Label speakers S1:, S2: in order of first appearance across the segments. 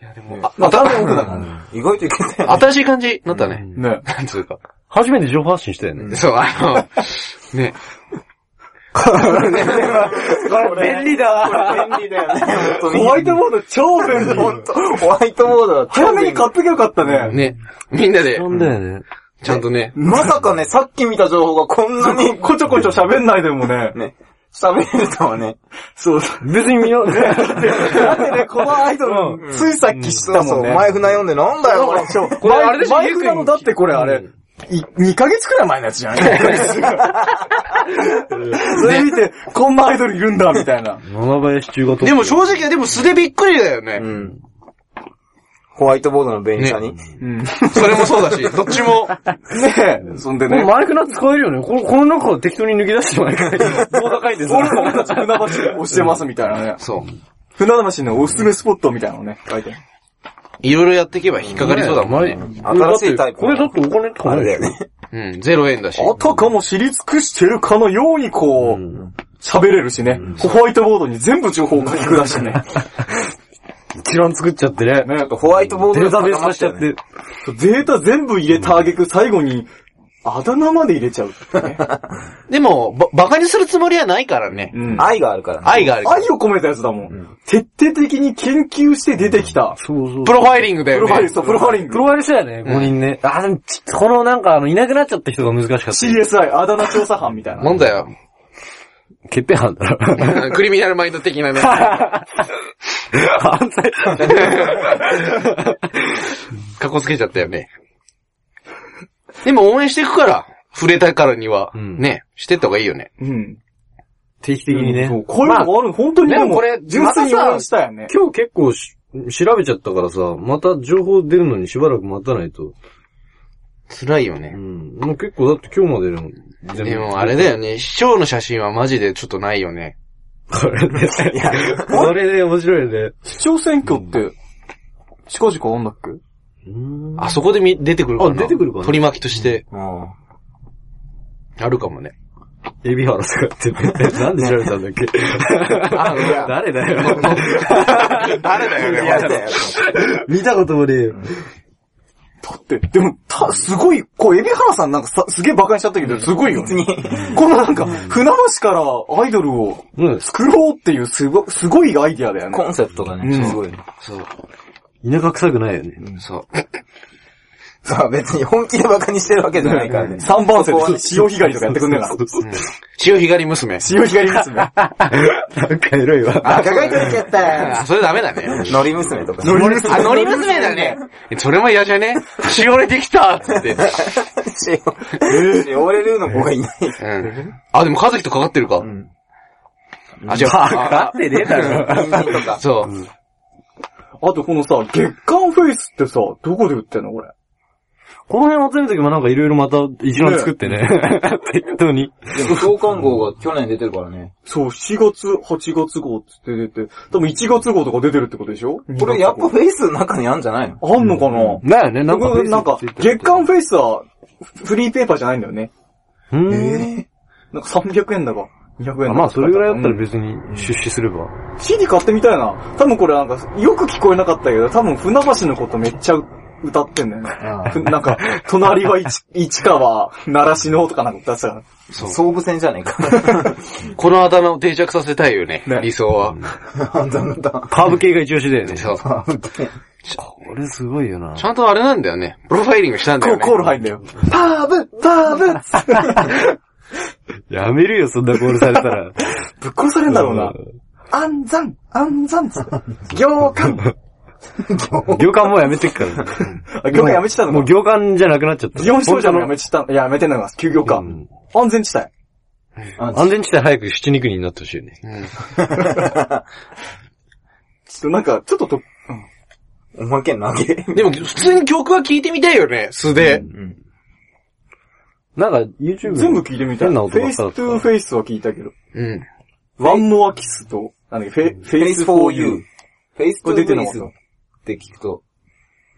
S1: や、でも、
S2: ね
S1: あ
S3: まあ、だんだん奥だからね。意外といけたよ
S1: 新しい感じになったね。
S2: ね。
S1: なんつうか。
S4: 初めて情報発信したよね。
S1: そう、あの、ね。
S3: これ
S1: 利だわ。
S3: 便利だよね、本当に。
S2: ホワイトボード超便利。
S3: 本当ホワイトボードは
S2: 早めに買っときゃよかったね。
S1: ね。みんなで
S4: な、んだよね。
S1: ちゃんとね。
S3: まさかね、さっき見た情報がこんなに、
S2: こちょこちょ喋んないでもね。
S3: ね、喋れるとはね。
S2: そう。
S4: 別に見よう。
S2: だってね、このアイドル、ついさっき知ったもん
S3: そうそう
S2: ね。
S3: 前船読んでなんだよ、これ。
S2: そう。
S1: これあれでしょ
S2: 前船の、だってこれあれ、い2ヶ月くらい前のやつじゃないそれ見て、こんなアイドルいるんだ、みたいな。
S4: 七林中型。
S1: でも正直、でも素でびっくりだよ
S3: う
S1: ね。
S3: ん。ホワイトボードの便利さに。
S2: うん。ね
S1: それもそうだ し、どっちも。
S2: え、そんで
S4: も
S2: ね
S4: う。マイクな使えるよね。このこの中を適当に抜き出してマイクな。
S2: ボード書いて俺も同じ船橋押してますみたいなね。
S1: そう。
S2: 船橋のおすすめスポットみたいなのね、書いて。
S1: いろいろやっていけば引っかかりそうだもんね。
S3: 新しいタイプ
S4: これだってお金とか
S3: あ
S4: な
S3: れ
S4: い
S3: だ
S4: で
S3: よ
S4: しょ
S3: ね。
S1: うん、0円だし。
S2: あたかも知り尽くしてるかのようにこう、喋れるしね。ホワイトボードに全部情報を書き下してね。
S4: 一覧作っちゃってね。
S2: ねえ
S3: ホワイトボード
S4: データベース
S3: 高ま
S4: 化しちゃっ
S3: よね
S4: て。
S2: データ 全部入れた挙句最後に、あだ名まで入れちゃうってね。
S1: でも、ば、馬鹿にするつもりはないからね。
S2: うん
S3: 愛があるからね。
S1: 愛があるから。
S2: 愛を込めたやつだもん。徹底的に研究して出てきた。
S4: そうそう。
S1: プロファイリングだよ
S2: プロファイリ
S1: ね
S2: ン。グ、プロファイリン
S4: プ
S2: グ。
S4: ロ割りしたよね、5人ね。あ、でもち、このなんかあの、いなくなっちゃった人が難しかった。
S2: CSI、あだ名調査班みたい
S1: な
S2: な。
S1: んだよ。
S4: 欠点犯だろ。
S1: クリミナルマインド的なね。
S4: 犯罪。
S1: かっこつけちゃったよね。でも応援していくから、触れたからには、
S4: うん
S1: ね、してった方がいいよね。
S2: うん。
S4: 定期的にね。
S2: そう、こういうのがある、本当にで
S1: でも
S2: も
S1: これ、
S2: 純粋に応援したよね。
S4: 今日結構し調べちゃったからさ、また情報出るのにしばらく待たないと。
S1: 辛いよ
S4: う
S1: ね。
S4: ん。もう結構だって今日までの全部
S1: でもあれだよね、市長の写真はマジでちょっとないよね。
S4: これね。これね、面白いね。
S2: 市長選挙って、近々あんだっけ
S1: あそこでみ出てくるかな。
S4: あ出てくるかな
S1: 取り巻きとして、
S3: うん
S1: あるかもね。
S4: エビハラスがって ね。なんで調べたんだっけ誰だよ。
S1: 誰だ
S3: いやだよ
S4: 見たこともねえよ。
S2: だって、でも、た、すごい、こう、エビハラさんなんかさ、すげえ馬鹿にしちゃったけど、すごいよ、ね。このなんか、船橋からアイドルを
S4: うん。
S2: 作ろうっていうすご、すごいアイディアだよね。
S3: コンセプトが
S2: うん
S3: ね、すごいね。
S1: そう。
S4: 田舎臭くないよね。
S1: そう。
S3: さあ別に本気で馬鹿にしてるわけじゃないからね。
S2: 三番線で潮干狩りとかやってくんねえから。
S1: うん潮干狩り娘。
S2: 潮干狩りですね。
S4: なんかエロいわ。
S3: あ、輝いてるけった
S1: あ、それダメだ ね。
S3: ノリ娘とか。
S2: ノリ娘
S1: あ、ノリ娘だね。それも嫌じゃねしおれてきたつって。
S3: しおしおれるの子がいない。
S1: うん。あ、でも和樹とかかってるか。
S3: ん
S1: あ、じゃあ、
S4: ってねえだろ。
S3: 人参とか。
S1: そう。
S2: あとこのさ、月刊フェイスってさ、どこで売ってんのこれ。
S4: この辺集めときもなんかいろいろまた一覧作ってね。適当に。
S3: でも、創刊号が去年出てるからね。
S2: そう、4月、8月号って出てて、多分1月号とか出てるってことでしょ
S3: これやっぱ
S2: ぱ、
S3: フェイスの中にあんじゃないの
S2: あんのかな
S4: だよね、なんか。
S2: 僕なんか、月刊フェイスは、フリーペーパーじゃないんだよね。
S4: うん
S3: え
S2: なんか300円だか、200円だか。
S4: まあ、それぐらいだったら別に出資すれば。
S2: CD 買ってみたいな。多分これなんか、よく聞こえなかったけど、多分船橋のことめっちゃ歌ってんだよね。ふなんか、隣は市 市川、奈良市のとかなんか歌ってたか
S3: え総武線じゃねえか。
S1: このあだ名を定着させたいよね。
S2: ね
S1: 理想は。
S3: あんたなんだ。
S4: カーブ系が一押しだよね。
S1: そう。
S4: これすごいよな。
S1: ちゃんとあれなんだよね。プロファイリングしたんだよ
S2: ら。
S1: ね。
S2: コール入んだよ。
S4: やめるよ、そんなコールされたら。
S2: ぶっ殺されるんだろうな。
S3: 安産安産つって。
S2: 行間
S4: 行間もうやめてっから。
S2: あ行間やめちゃっ
S4: も
S2: たの
S4: う
S2: か。
S4: 行間じゃなくなっちゃった。
S2: 祇園少女もや
S4: 本
S2: めちゃった、いややめてんのが休業か
S4: うん。
S2: 安全地帯。
S4: 当の安全地帯早く七肉になってほしいよね。
S2: ちょっとなんか、ちょっとと、
S3: おまけ投げ。
S1: でも、普通に曲は聴いてみたいよね、素で。
S4: なんか YouTube
S2: 全部聞いてみたい。
S4: 変
S2: フ
S4: な音
S2: ェ
S4: が
S2: イス
S4: さ
S2: ト。ゥーフェイスは聞いたけど。
S1: うん。
S2: ワンモアキスと、なんだっけ、フェフ
S3: フ
S2: ェ
S3: ェ
S2: イ
S3: イ
S2: ス
S3: ス
S2: フ
S3: フ
S2: ォ
S3: ォ
S2: ー
S3: ー
S2: ユ
S3: ユ
S2: ー
S3: ー。。フェイス
S2: こ
S3: フ
S2: れ
S3: ォ
S2: 出て
S3: ー
S2: な
S3: ユ
S2: かっ
S3: ー
S2: た
S3: って聞くと、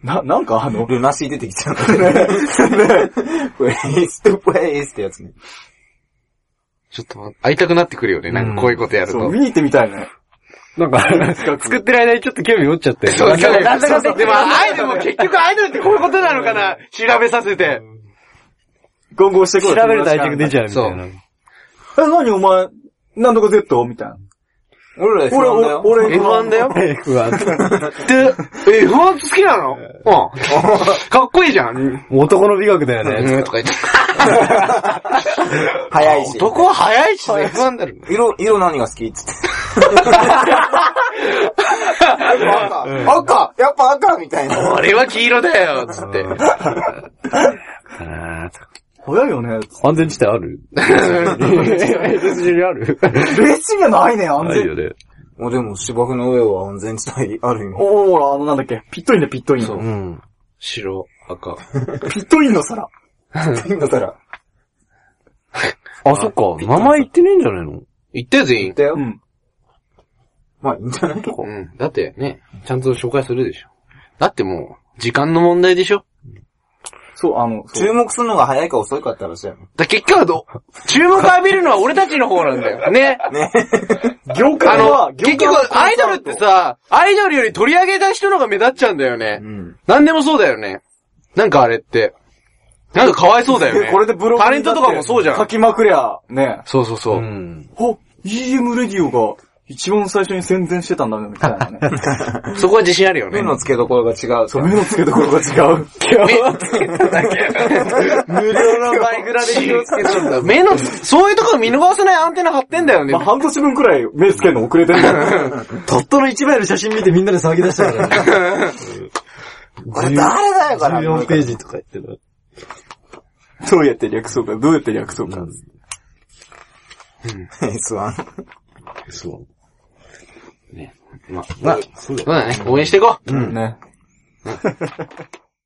S2: な、なんかあの、
S3: ルナシー出てきちゃう。フェイスとフェイスってやつね。
S1: ちょっと、会いたくなってくるよね、なんかこういうことやる
S2: そう、
S1: と
S2: 見。に行ってみたいね。
S4: なんか、作ってる間にちょっと興味持っちゃって。
S1: そう、
S4: なんか
S1: 興味
S3: なんだかんだ言って
S1: でもアイドルも結局アイドルってこういうことなのかな調べさせて。
S2: ゴンゴンしてこい。
S4: 調べると相手が出ちゃうみたいな。
S2: え、何お前、なんとか Z? みたいな。
S3: 俺らで
S2: 俺、俺、
S3: 俺、
S2: 俺、
S1: F1 だよ。
S4: F は
S1: で、え、F1 好きなのうん。かっこいいじゃん。
S4: 男の美学だよ ね。
S1: うん、とか言って。
S3: 早いし。
S1: 男は早いしね、F1 だろ。
S3: 色、色何が好きっつって。やっぱ赤、赤、やっぱ赤みたいな。
S1: 俺は黄色だよ、つって。
S4: あー
S2: 早いよね。
S4: 安全地帯ある安全地帯ある
S2: レーシングないね、安
S4: ない
S2: 全。
S4: よね。
S3: もうでも芝生の上は安全地帯あるよ。
S2: おーほら、あの、なんだっけ、ピットインだ、ピットイン。
S4: うん。
S1: 白、赤。
S2: ピットインの皿。
S3: だから。
S4: あ、そっか。名前言ってねえんじゃないの
S1: 言ったよ、全員。
S3: だよ
S2: う。ん。
S3: まあいいんじゃない
S1: うん。だってね、ちゃんと紹介するでしょ。だってもう、時間の問題でしょ。
S2: そう、あの、そう
S3: 注目するのが早いか遅いかって話だよ。
S1: だ結局はど、注目浴びるのは俺たちの方なんだよ。ね。
S3: ね。
S2: 業
S1: あ
S2: 界は
S1: の、、結局、アイドルってさ、アイドルより取り上げた人のが目立っちゃうんだよね。
S3: うん。
S1: なんでもそうだよね。なんかあれって。なんかかわいそうだよね。
S2: これでブログ
S1: タレントとかもそうじゃ
S2: 書
S1: ん。
S2: きまくりゃ、ね。
S1: そうそうそうう。
S4: ん。
S2: あ、EM レディオが一番最初に宣伝してたんだね、みたいな ね。
S1: そこは自信あるよ
S3: 目。
S1: ね
S3: の付けどころが違う。
S2: そう、目の付けどころが違う。
S1: 無料のバイクラで気をつけてんだ。目の、そういうところ見逃せないアンテナ張ってんだよね
S2: まあ、。半年分くらい目つけるの遅れてるんだよ。
S4: トットの一枚の写真見てみんなで騒ぎ出したからね。
S3: これ誰だよ、から。
S4: 14ページとか言ってる。
S2: どうやって略そうか、どうやって略そうか。
S3: S1。
S4: そう。
S1: ねまあ、
S4: まあ、そうだよ。
S1: そうだね。応援していこう。
S2: ね。